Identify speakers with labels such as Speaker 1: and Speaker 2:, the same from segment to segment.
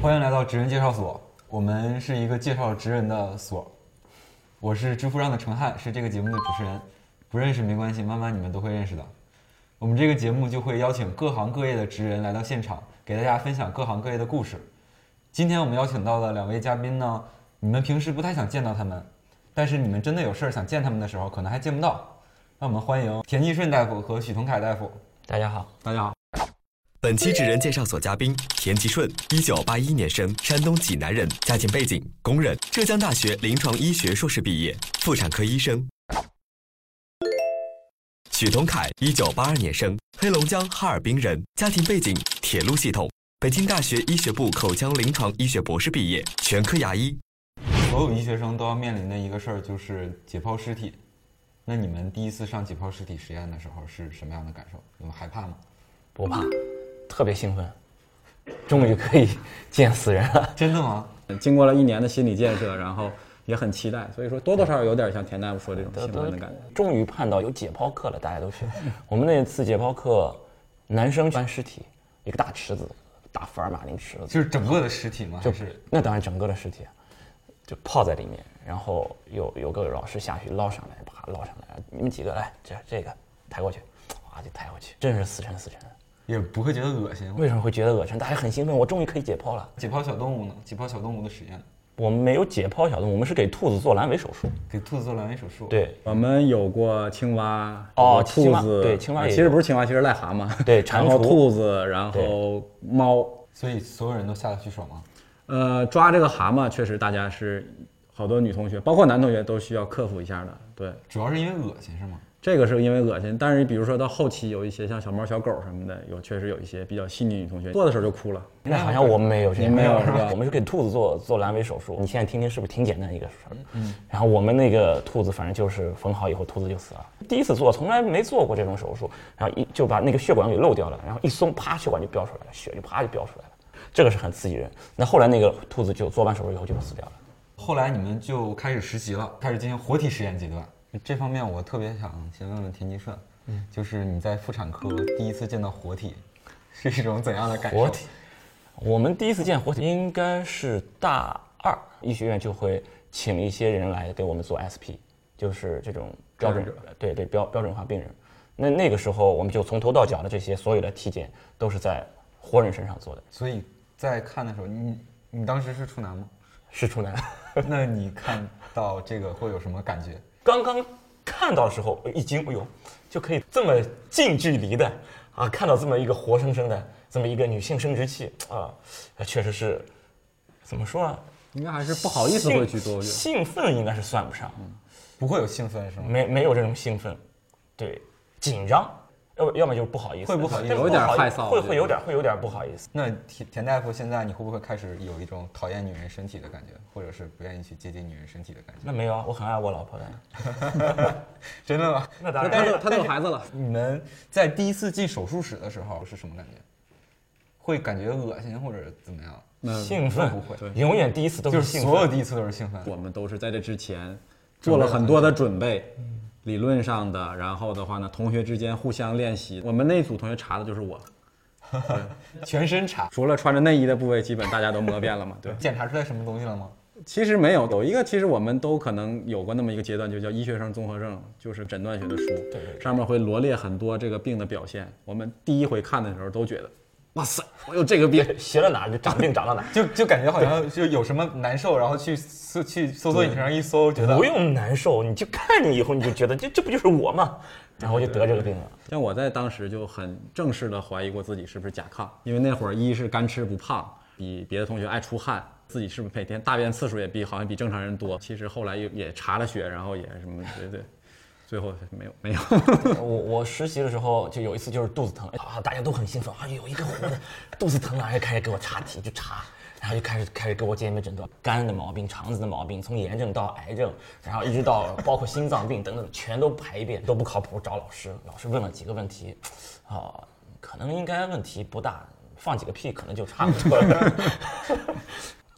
Speaker 1: 欢迎来到职人介绍所，我们是一个介绍职人的所。我是知乎上的陈汉，是这个节目的主持人。不认识没关系，慢慢你们都会认识的。我们这个节目就会邀请各行各业的职人来到现场，给大家分享各行各业的故事。今天我们邀请到的两位嘉宾呢，你们平时不太想见到他们，但是你们真的有事儿想见他们的时候，可能还见不到。让我们欢迎田季顺大夫和许同凯大夫。
Speaker 2: 大家好，
Speaker 1: 大家好。
Speaker 3: 本期职人介绍所嘉宾田吉顺，一九八一年生，山东济南人，家庭背景工人，浙江大学临床医学硕士毕业，妇产科医生。许同凯，一九八二年生，黑龙江哈尔滨人，家庭背景铁路系统，北京大学医学部口腔临床医学博士毕业，全科牙医。
Speaker 1: 所有医学生都要面临的一个事儿就是解剖尸体。那你们第一次上解剖尸体实验的时候是什么样的感受？你们害怕吗？
Speaker 2: 不怕，特别兴奋，终于可以见死人了。
Speaker 1: 真的吗？
Speaker 4: 经过了一年的心理建设，然后也很期待，所以说多多少 少有点像田大夫说这种兴奋的感觉。
Speaker 2: 终于盼到有解剖课了，大家都去。 我们那次解剖课，男生搬尸体，一个大池子，大福尔马林池子，
Speaker 1: 就是整个的尸体吗？就是
Speaker 2: 那当然整个的尸体啊就泡在里面，然后有有个老师下去捞上来，啪捞上来，你们几个来，这这个抬过去，哇就抬回去，真是死沉死沉。
Speaker 1: 也不会觉得恶心。
Speaker 2: 为什么会觉得恶心？大家很兴奋，我终于可以解剖了。
Speaker 1: 解剖小动物呢？解剖小动物的实验，
Speaker 2: 我们没有解剖小动物，我们是给兔子做阑尾手术。
Speaker 4: 哦
Speaker 1: 给兔子做阑尾手术。，
Speaker 2: 对，
Speaker 4: 我们有过青蛙，
Speaker 2: 哦
Speaker 4: 有过
Speaker 2: 青蛙
Speaker 4: 兔子，啊
Speaker 2: 对青蛙也有
Speaker 4: 其实不是青蛙，其实是癞蛤蟆，
Speaker 2: 对
Speaker 4: 然
Speaker 2: 蟾
Speaker 4: 后
Speaker 2: 蜍
Speaker 4: 兔子，然后猫，
Speaker 1: 所以所有人都下得去手吗？
Speaker 4: 呃，抓这个蛤蟆确实大家是好多女同学，包括男同学都需要克服一下的。对，
Speaker 1: 主要是因为恶心是吗？
Speaker 4: 这个是因为恶心，但是比如说到后期有一些像小猫、小狗什么的，有确实有一些比较细腻女同学做的时候就哭了。
Speaker 2: 那好像我们没有这样，
Speaker 4: 你没有是吧
Speaker 2: 我们是给兔子做做阑尾手术。你现在听听是不是挺简单一个事儿？
Speaker 4: 嗯
Speaker 2: 然后我们那个兔子，反正就是缝好以后，兔子就死了。第一次做，从来没做过这种手术，然后一就把那个血管给漏掉了，然后一松，啪，血管就飙出来了，血就啪就飙出来了，这个是很刺激人。那后来那个兔子就做完手术以后就死掉了。
Speaker 1: 后来你们就开始实习了，开始进行活体实验阶段。这方面我特别想先问问田吉顺，
Speaker 4: 嗯
Speaker 1: 就是你在妇产科第一次见到活体，是一种怎样的感受？
Speaker 2: 活体，我们第一次见活体应该是大二，医学院就会请一些人来给我们做 SP，就是这种标准，对对标标准化病人。那那个时候，我们就从头到脚的这些所有的体检都是在活人身上做的，
Speaker 1: 所以在看的时候，你你当时是处 男吗？
Speaker 2: 是出男。
Speaker 1: 那你看到这个会有什么感觉？
Speaker 2: 刚刚看到的时候我一惊，哎呦，就可以这么近距离的啊，看到这么一个活生生的这么一个女性生殖器啊，确实是怎么说啊？
Speaker 4: 应该还是不好意思会去做，我觉得。
Speaker 2: 兴奋应该是算不上，
Speaker 1: 不会有兴奋是吗？
Speaker 2: 没没有这种兴奋，对，紧张，要不要么就是不好意思，
Speaker 1: 会不好意思
Speaker 2: 但是
Speaker 4: 有点
Speaker 2: 不好意
Speaker 4: 害臊
Speaker 2: 会
Speaker 4: 我
Speaker 2: 会
Speaker 4: 觉得
Speaker 2: 有点会有点不好意思。
Speaker 1: 那田田大夫，现在你会不会开始有一种讨厌女人身体的感觉，或者是不愿意去接近女人身体的感觉？
Speaker 2: 那没有啊，我很爱我老婆的。
Speaker 1: 真的吗？
Speaker 2: 那当
Speaker 4: 他
Speaker 2: 然，
Speaker 4: 都有他都有孩子了，
Speaker 1: 你们在第一次进手术室的时候是什么感觉？会感觉恶心或者怎么样？
Speaker 2: 兴奋
Speaker 1: 不会，
Speaker 2: 永远第一次都
Speaker 1: 就是是
Speaker 2: 兴
Speaker 1: 所有
Speaker 2: 奋。
Speaker 1: 第一次都是兴奋。
Speaker 4: 我们都是在这之前做了很多嗯的准备，理论上的，然后的话呢，同学之间互相练习。我们那组同学查的就是我，
Speaker 1: 全身查，
Speaker 4: 除了穿着内衣的部位，基本大家都摸遍了嘛。对，
Speaker 1: 检查出来什么东西了吗？
Speaker 4: 其实没有，有一个其实我们都可能有过那么一个阶段，就叫医学生综合症，就是诊断学的书，
Speaker 2: 对
Speaker 4: 上面会罗列很多这个病的表现。我们第一回看的时候都觉得，哇塞，我有这个病。
Speaker 2: 学了哪就长病长到哪，
Speaker 1: 就就感觉好像就有什么难受，然后去搜去搜索引擎上一搜，觉得
Speaker 2: 不用难受，你就看你以后你就觉得这这不就是我吗？然后我就得这个病了。
Speaker 4: 像我在当时就很正式的怀疑过自己是不是甲亢，因为那会儿一是干吃不胖，比别的同学爱出汗，自己是不是每天大便次数也比好像比正常人多。其实后来也也查了血，然后也什么，对对，最后没有没有。
Speaker 2: 我我实习的时候就有一次就是肚子疼啊，大家都很兴奋啊，有一个活的肚子疼了，就开始给我查体就查，然后就开始开始给我鉴别诊断，肝的毛病、肠子的毛病，从炎症到癌症，然后一直到包括心脏病等等，全都排一遍，都不靠谱。找老师，老师问了几个问题，啊，可能应该问题不大，放几个屁可能就差不多 了。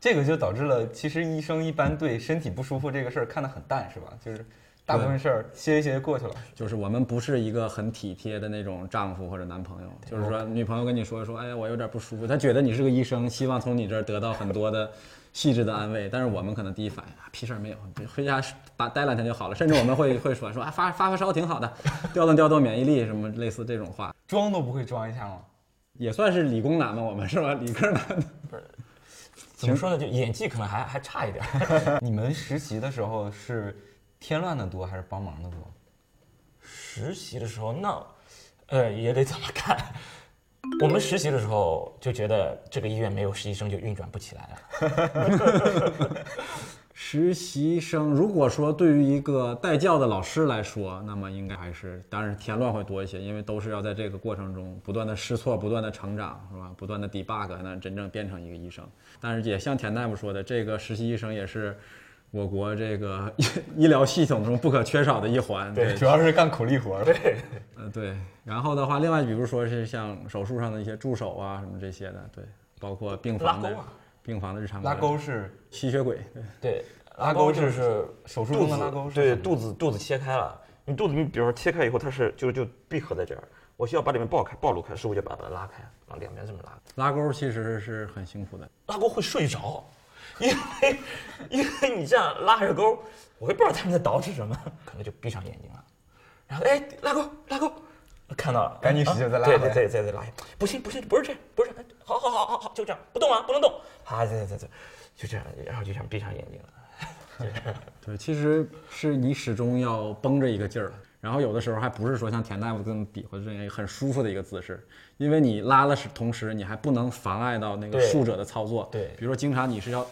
Speaker 1: 这个就导致了，其实医生一般对身体不舒服这个事儿看得很淡，是吧？就是大部分事儿歇一歇就过去了。
Speaker 4: 就是我们不是一个很体贴的那种丈夫或者男朋友，就是说女朋友跟你说说，哎呀，我有点不舒服，她觉得你是个医生，希望从你这儿得到很多的细致的安慰，但是我们可能第一反应啊，屁事儿没有，你回家打待两天就好了，甚至我们会会说说啊发发发烧挺好的，调动调动免疫力什么类似这种话，
Speaker 1: 装都不会装一下吗？
Speaker 4: 也算是理工男嘛，我们是吧？理科男，
Speaker 2: 怎么说呢？就演技可能还还差一点儿。
Speaker 1: 你们实习的时候是添乱的多还是帮忙的多？
Speaker 2: 实习的时候，那，呃，也得怎么看？ 我们实习的时候就觉得这个医院没有实习生就运转不起来了。
Speaker 4: 实习生，如果说对于一个带教的老师来说，那么应该还是，当然添乱会多一些，因为都是要在这个过程中不断的试错、不断的成长，是吧？不断的 debug，那真正变成一个医生。但是也像田大夫说的，这个实习医生也是我国这个 医疗系统中不可缺少的一环。对
Speaker 1: 主要是干苦力活儿。对，
Speaker 4: 呃，对。然后的话，另外比如说是像手术上的一些助手啊，什么这些的，对，包括病房的
Speaker 2: 拉钩啊
Speaker 4: 病房的日常
Speaker 1: 拉钩是
Speaker 4: 吸血鬼，对。
Speaker 2: 对，
Speaker 1: 拉钩
Speaker 2: 就
Speaker 1: 就是手术
Speaker 2: 肚
Speaker 1: 中
Speaker 2: 子
Speaker 1: 的拉钩是
Speaker 2: 对
Speaker 1: 什么
Speaker 2: 肚子肚子切开了，你肚子你比如说切开以后，它是就就闭合在这儿，我需要把里面爆开暴露开，师傅就把它拉开，往两边这么拉，
Speaker 4: 拉钩其实是很辛苦的，
Speaker 2: 拉钩会睡着， 因为因为你这样拉着钩，我也不知道他们在捯饬什么，可能就闭上眼睛了，然后哎拉钩拉钩。看到了，
Speaker 1: 赶紧使劲再拉
Speaker 2: 对
Speaker 1: 回
Speaker 2: 对
Speaker 1: 来
Speaker 2: 对对对拉，不行不行，不是这样，不是这样，好好好好好，就这样，不动啊，不能动，啊，对对对，就这样，然后就这样闭上眼睛了。
Speaker 4: 对，其实是你始终要绷着一个劲儿，然后有的时候还不是说像田大夫跟比划这样一个很舒服的一个姿势，因为你拉了时，同时你还不能妨碍到那个
Speaker 2: 对
Speaker 4: 术者的操作，
Speaker 2: 对
Speaker 4: 比如说经常你是要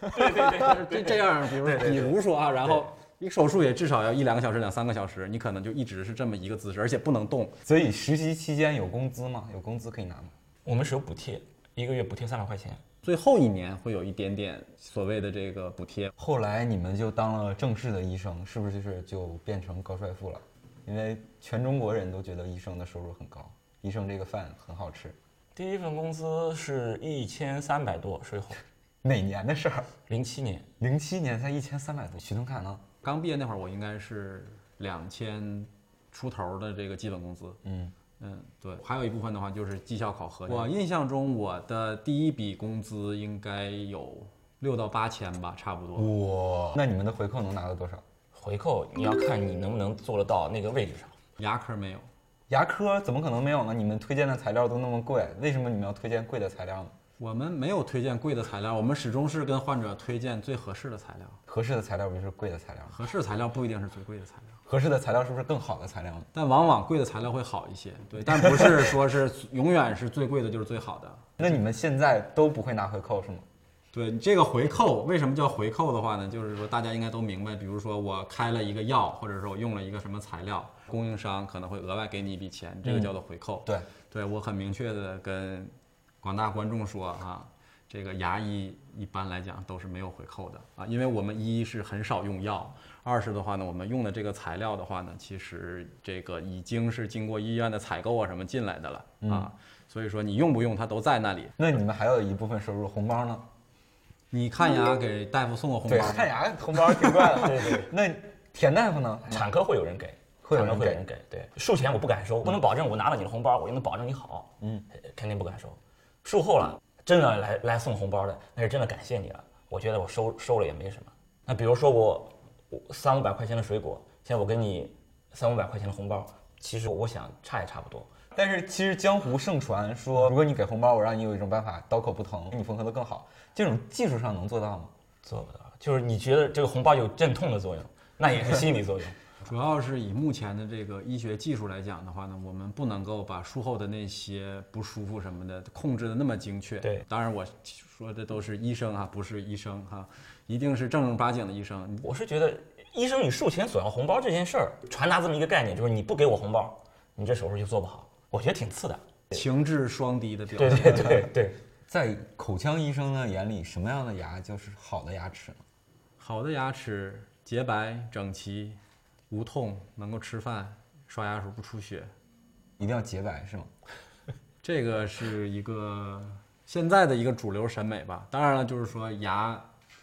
Speaker 2: 对对对，
Speaker 4: 这这样，比如说比如说啊，然后你手术也至少要一两个小时、两三个小时，你可能就一直是这么一个姿势，而且不能动，
Speaker 1: 所以实习期间有工资吗？有工资可以拿吗？
Speaker 2: 我们是有补贴，一个月补贴三百块钱。
Speaker 4: 最后一年会有一点点所谓的这个补贴，
Speaker 1: 后来你们就当了正式的医生，是不是就是就变成高帅富了？因为全中国人都觉得医生的收入很高，医生这个饭很好吃。
Speaker 2: 第一份工资是一千三百多税后，
Speaker 1: 哪年的事儿？
Speaker 2: 零七年
Speaker 1: 零七年才一千三百多。许东凯呢？
Speaker 4: 刚毕业那会儿，我应该是两千出头的这个基本工资。
Speaker 1: 嗯
Speaker 4: 嗯，对，还有一部分的话就是绩效考核。我印象中，我的第一笔工资应该有六到八千吧，差不多。
Speaker 1: 哇，那你们的回扣能拿到多少？
Speaker 2: 回扣，你要看你能不能做得到那个位置上。
Speaker 4: 牙科没有，
Speaker 1: 牙科怎么可能没有呢？你们推荐的材料都那么贵，为什么你们要推荐贵的材料呢？
Speaker 4: 我们没有推荐贵的材料，我们始终是跟患者推荐最合适的材料。
Speaker 1: 合适的材料不就是贵的材料吗？
Speaker 4: 合适的材料不一定是最贵的材料，
Speaker 1: 合适的材料是不是更好的材料呢？
Speaker 4: 但往往贵的材料会好一些。对，但不是说是永远是最贵的就是最好的。
Speaker 1: 那你们现在都不会拿回扣是吗？
Speaker 4: 对你这个回扣，为什么叫回扣的话呢？就是说大家应该都明白，比如说我开了一个药，或者说我用了一个什么材料，供应商可能会额外给你一笔钱，这个叫做回扣。
Speaker 1: 对，
Speaker 4: 对我很明确的跟广大观众说啊，这个牙医一般来讲都是没有回扣的啊，因为我们一是很少用药，二是的话呢，我们用的这个材料的话呢，其实这个已经是经过医院的采购啊什么进来的了啊，所以说你用不用它都在那里。
Speaker 1: 那你们还有一部分收入，红包呢？
Speaker 4: 你看牙给大夫送过红包
Speaker 1: 对，
Speaker 4: 吗？
Speaker 1: 看牙红包挺怪的。嗯 对对。那田大夫呢？
Speaker 2: 产科会有人给，
Speaker 1: 嗯会有
Speaker 2: 产
Speaker 1: 人
Speaker 2: 科会有
Speaker 1: 给
Speaker 2: 人给。对，术前我不敢收，不能保证我拿了你的红包，我就能保证你好。
Speaker 1: 嗯
Speaker 2: 呃，肯定不敢收。术后了，真的来来送红包的，那是真的感谢你了。我觉得我收收了也没什么。那比如说我我三五百块钱的水果，现在我给你三五百块钱的红包，其实我想差也差不多。
Speaker 1: 但是其实江湖盛传说，如果你给红包，我让你有一种办法，刀口不疼，给你缝合的更好。这种技术上能做到吗？
Speaker 2: 做不到，就是你觉得这个红包有镇痛的作用，那也是心理作用。
Speaker 4: 主要是以目前的这个医学技术来讲的话呢，我们不能够把术后的那些不舒服什么的控制的那么精确。
Speaker 2: 对
Speaker 4: 当然我说的都是医生啊，不是医生哈、一定是正儿八经的医生。
Speaker 2: 我是觉得医生与术前索要红包这件事儿，传达这么一个概念，就是你不给我红包，你这手术就做不好。我觉得挺次的。
Speaker 4: 情志双低的表
Speaker 2: 对
Speaker 4: 现。
Speaker 2: 对对对，
Speaker 1: 在口腔医生的眼里，什么样的牙就是好的牙齿呢？
Speaker 4: 好的牙齿洁白整齐，无痛，能够吃饭，刷牙时候不出血，
Speaker 1: 一定要洁白是吗？
Speaker 4: 这个是一个现在的一个主流审美吧。当然了，就是说牙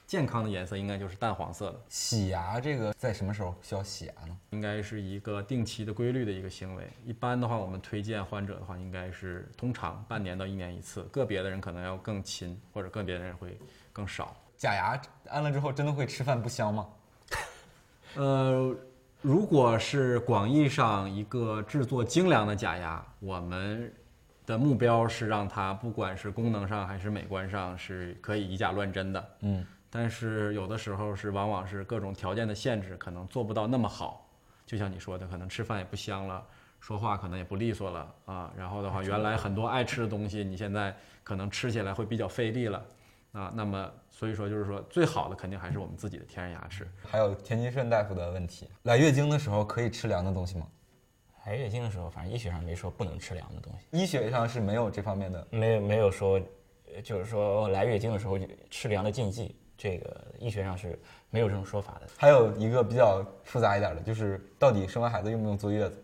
Speaker 4: 健康的颜色应该就是淡黄色的，
Speaker 1: 洗牙这个在什么时候需要洗牙呢？
Speaker 4: 应该是一个定期的规律的一个行为。一般的话，我们推荐患者的话，应该是通常半年到一年一次，个别的人可能要更勤，或者个别的人会更少。
Speaker 1: 假牙安了之后真的会吃饭不香吗？
Speaker 4: 呃，如果是广义上一个制作精良的假牙，我们的目标是让它不管是功能上还是美观上是可以以假乱真的。嗯，但是有的时候是往往是各种条件的限制，可能做不到那么好。就像你说的，可能吃饭也不香了。说话可能也不利索了啊，然后的话，原来很多爱吃的东西，你现在可能吃起来会比较费力了啊。那么，所以说就是说，最好的肯定还是我们自己的天然牙齿。
Speaker 1: 还有田金顺大夫的问题，来月经的时候可以吃凉的东西吗？
Speaker 2: 来月经的时候，反正医学上没说不能吃凉的东西，
Speaker 1: 医学上是没有这方面的。
Speaker 2: 没有没有说，呃就是说来月经的时候吃凉的禁忌，这个医学上是没有这种说法的。
Speaker 1: 还有一个比较复杂一点的，就是到底生完孩子用不用坐月子？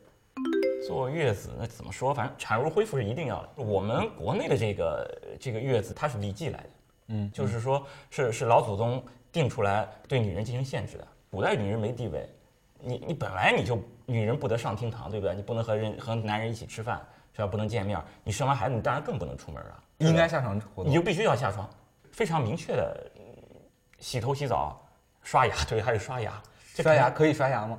Speaker 2: 坐月子那怎么说？反正产褥恢复是一定要的。我们国内的这个这个月子，它是《礼记》来的，嗯，就是说是是老祖宗定出来对女人进行限制的。古代女人没地位，你你本来你就女人不得上厅堂，对不对？你不能和人和男人一起吃饭，是吧？不能见面，你生完孩子你当然更不能出门了，
Speaker 1: 应该下床活
Speaker 2: 你
Speaker 1: 动。
Speaker 2: 就必须要下床，非常明确的，嗯洗头、洗澡、刷牙， 对，还有刷牙，这
Speaker 1: 刷牙可以刷牙吗？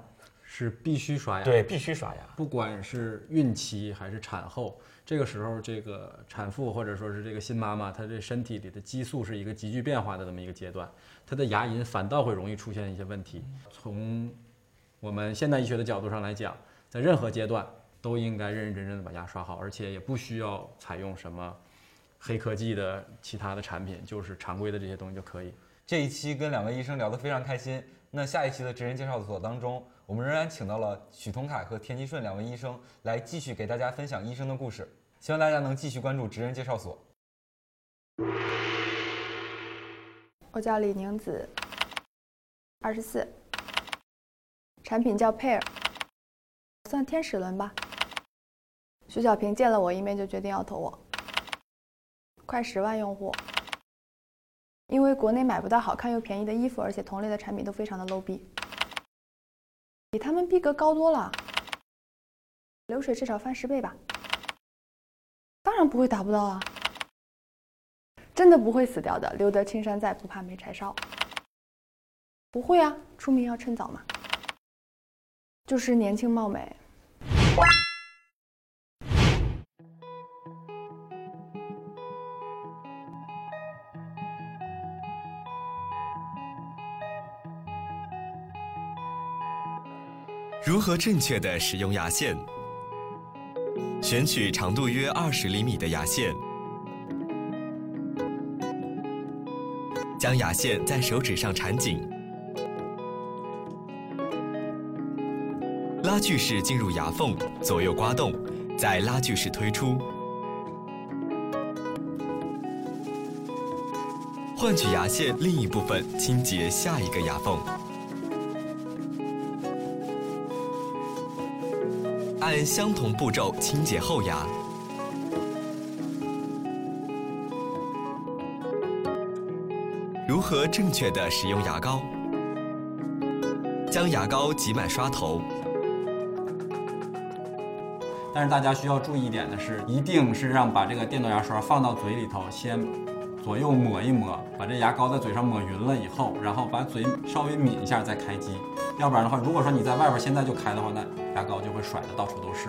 Speaker 4: 是必须刷牙。，
Speaker 2: 对，必须刷牙。
Speaker 4: 不管是孕期还是产后，这个时候这个产妇或者说是这个新妈妈，她这身体里的激素是一个急剧变化的这么一个阶段，她的牙龈反倒会容易出现一些问题。从我们现代医学的角度上来讲，在任何阶段都应该认认真真的把牙刷好，而且也不需要采用什么黑科技的其他的产品，就是常规的这些东西就可以。
Speaker 1: 这一期跟两位医生聊得非常开心。那下一期的职人介绍所当中，我们仍然请到了许同凯和田吉顺两位医生来继续给大家分享医生的故事。希望大家能继续关注职人介绍所。
Speaker 5: 我叫李宁子，二十四，产品叫佩尔，算天使轮吧。徐小平见了我一面就决定要投我，快十万用户。因为国内买不到好看又便宜的衣服，而且同类的产品都非常的 low 逼，比他们逼格高多了。流水至少翻十倍吧，当然不会达不到啊。真的不会死掉的。留得青山在，不怕没柴烧。不会啊，出名要趁早嘛。就是年轻貌美，
Speaker 3: 如何正确的使用牙线？选取长度约二十厘米的牙线，将牙线在手指上缠紧，拉锯式进入牙缝，左右刮动，再拉锯式推出。换取牙线另一部分，清洁下一个牙缝。按相同步骤清洁后牙。如何正确的使用牙膏？将牙膏挤满刷头，
Speaker 4: 但是大家需要注意一点的是，一定是让把这个电动牙刷放到嘴里头，先左右抹一抹，把这牙膏在嘴上抹匀了以后，然后把嘴稍微抿一下再开机。要不然的话，如果说你在外边现在就开的话，那牙膏就会甩的到处都是。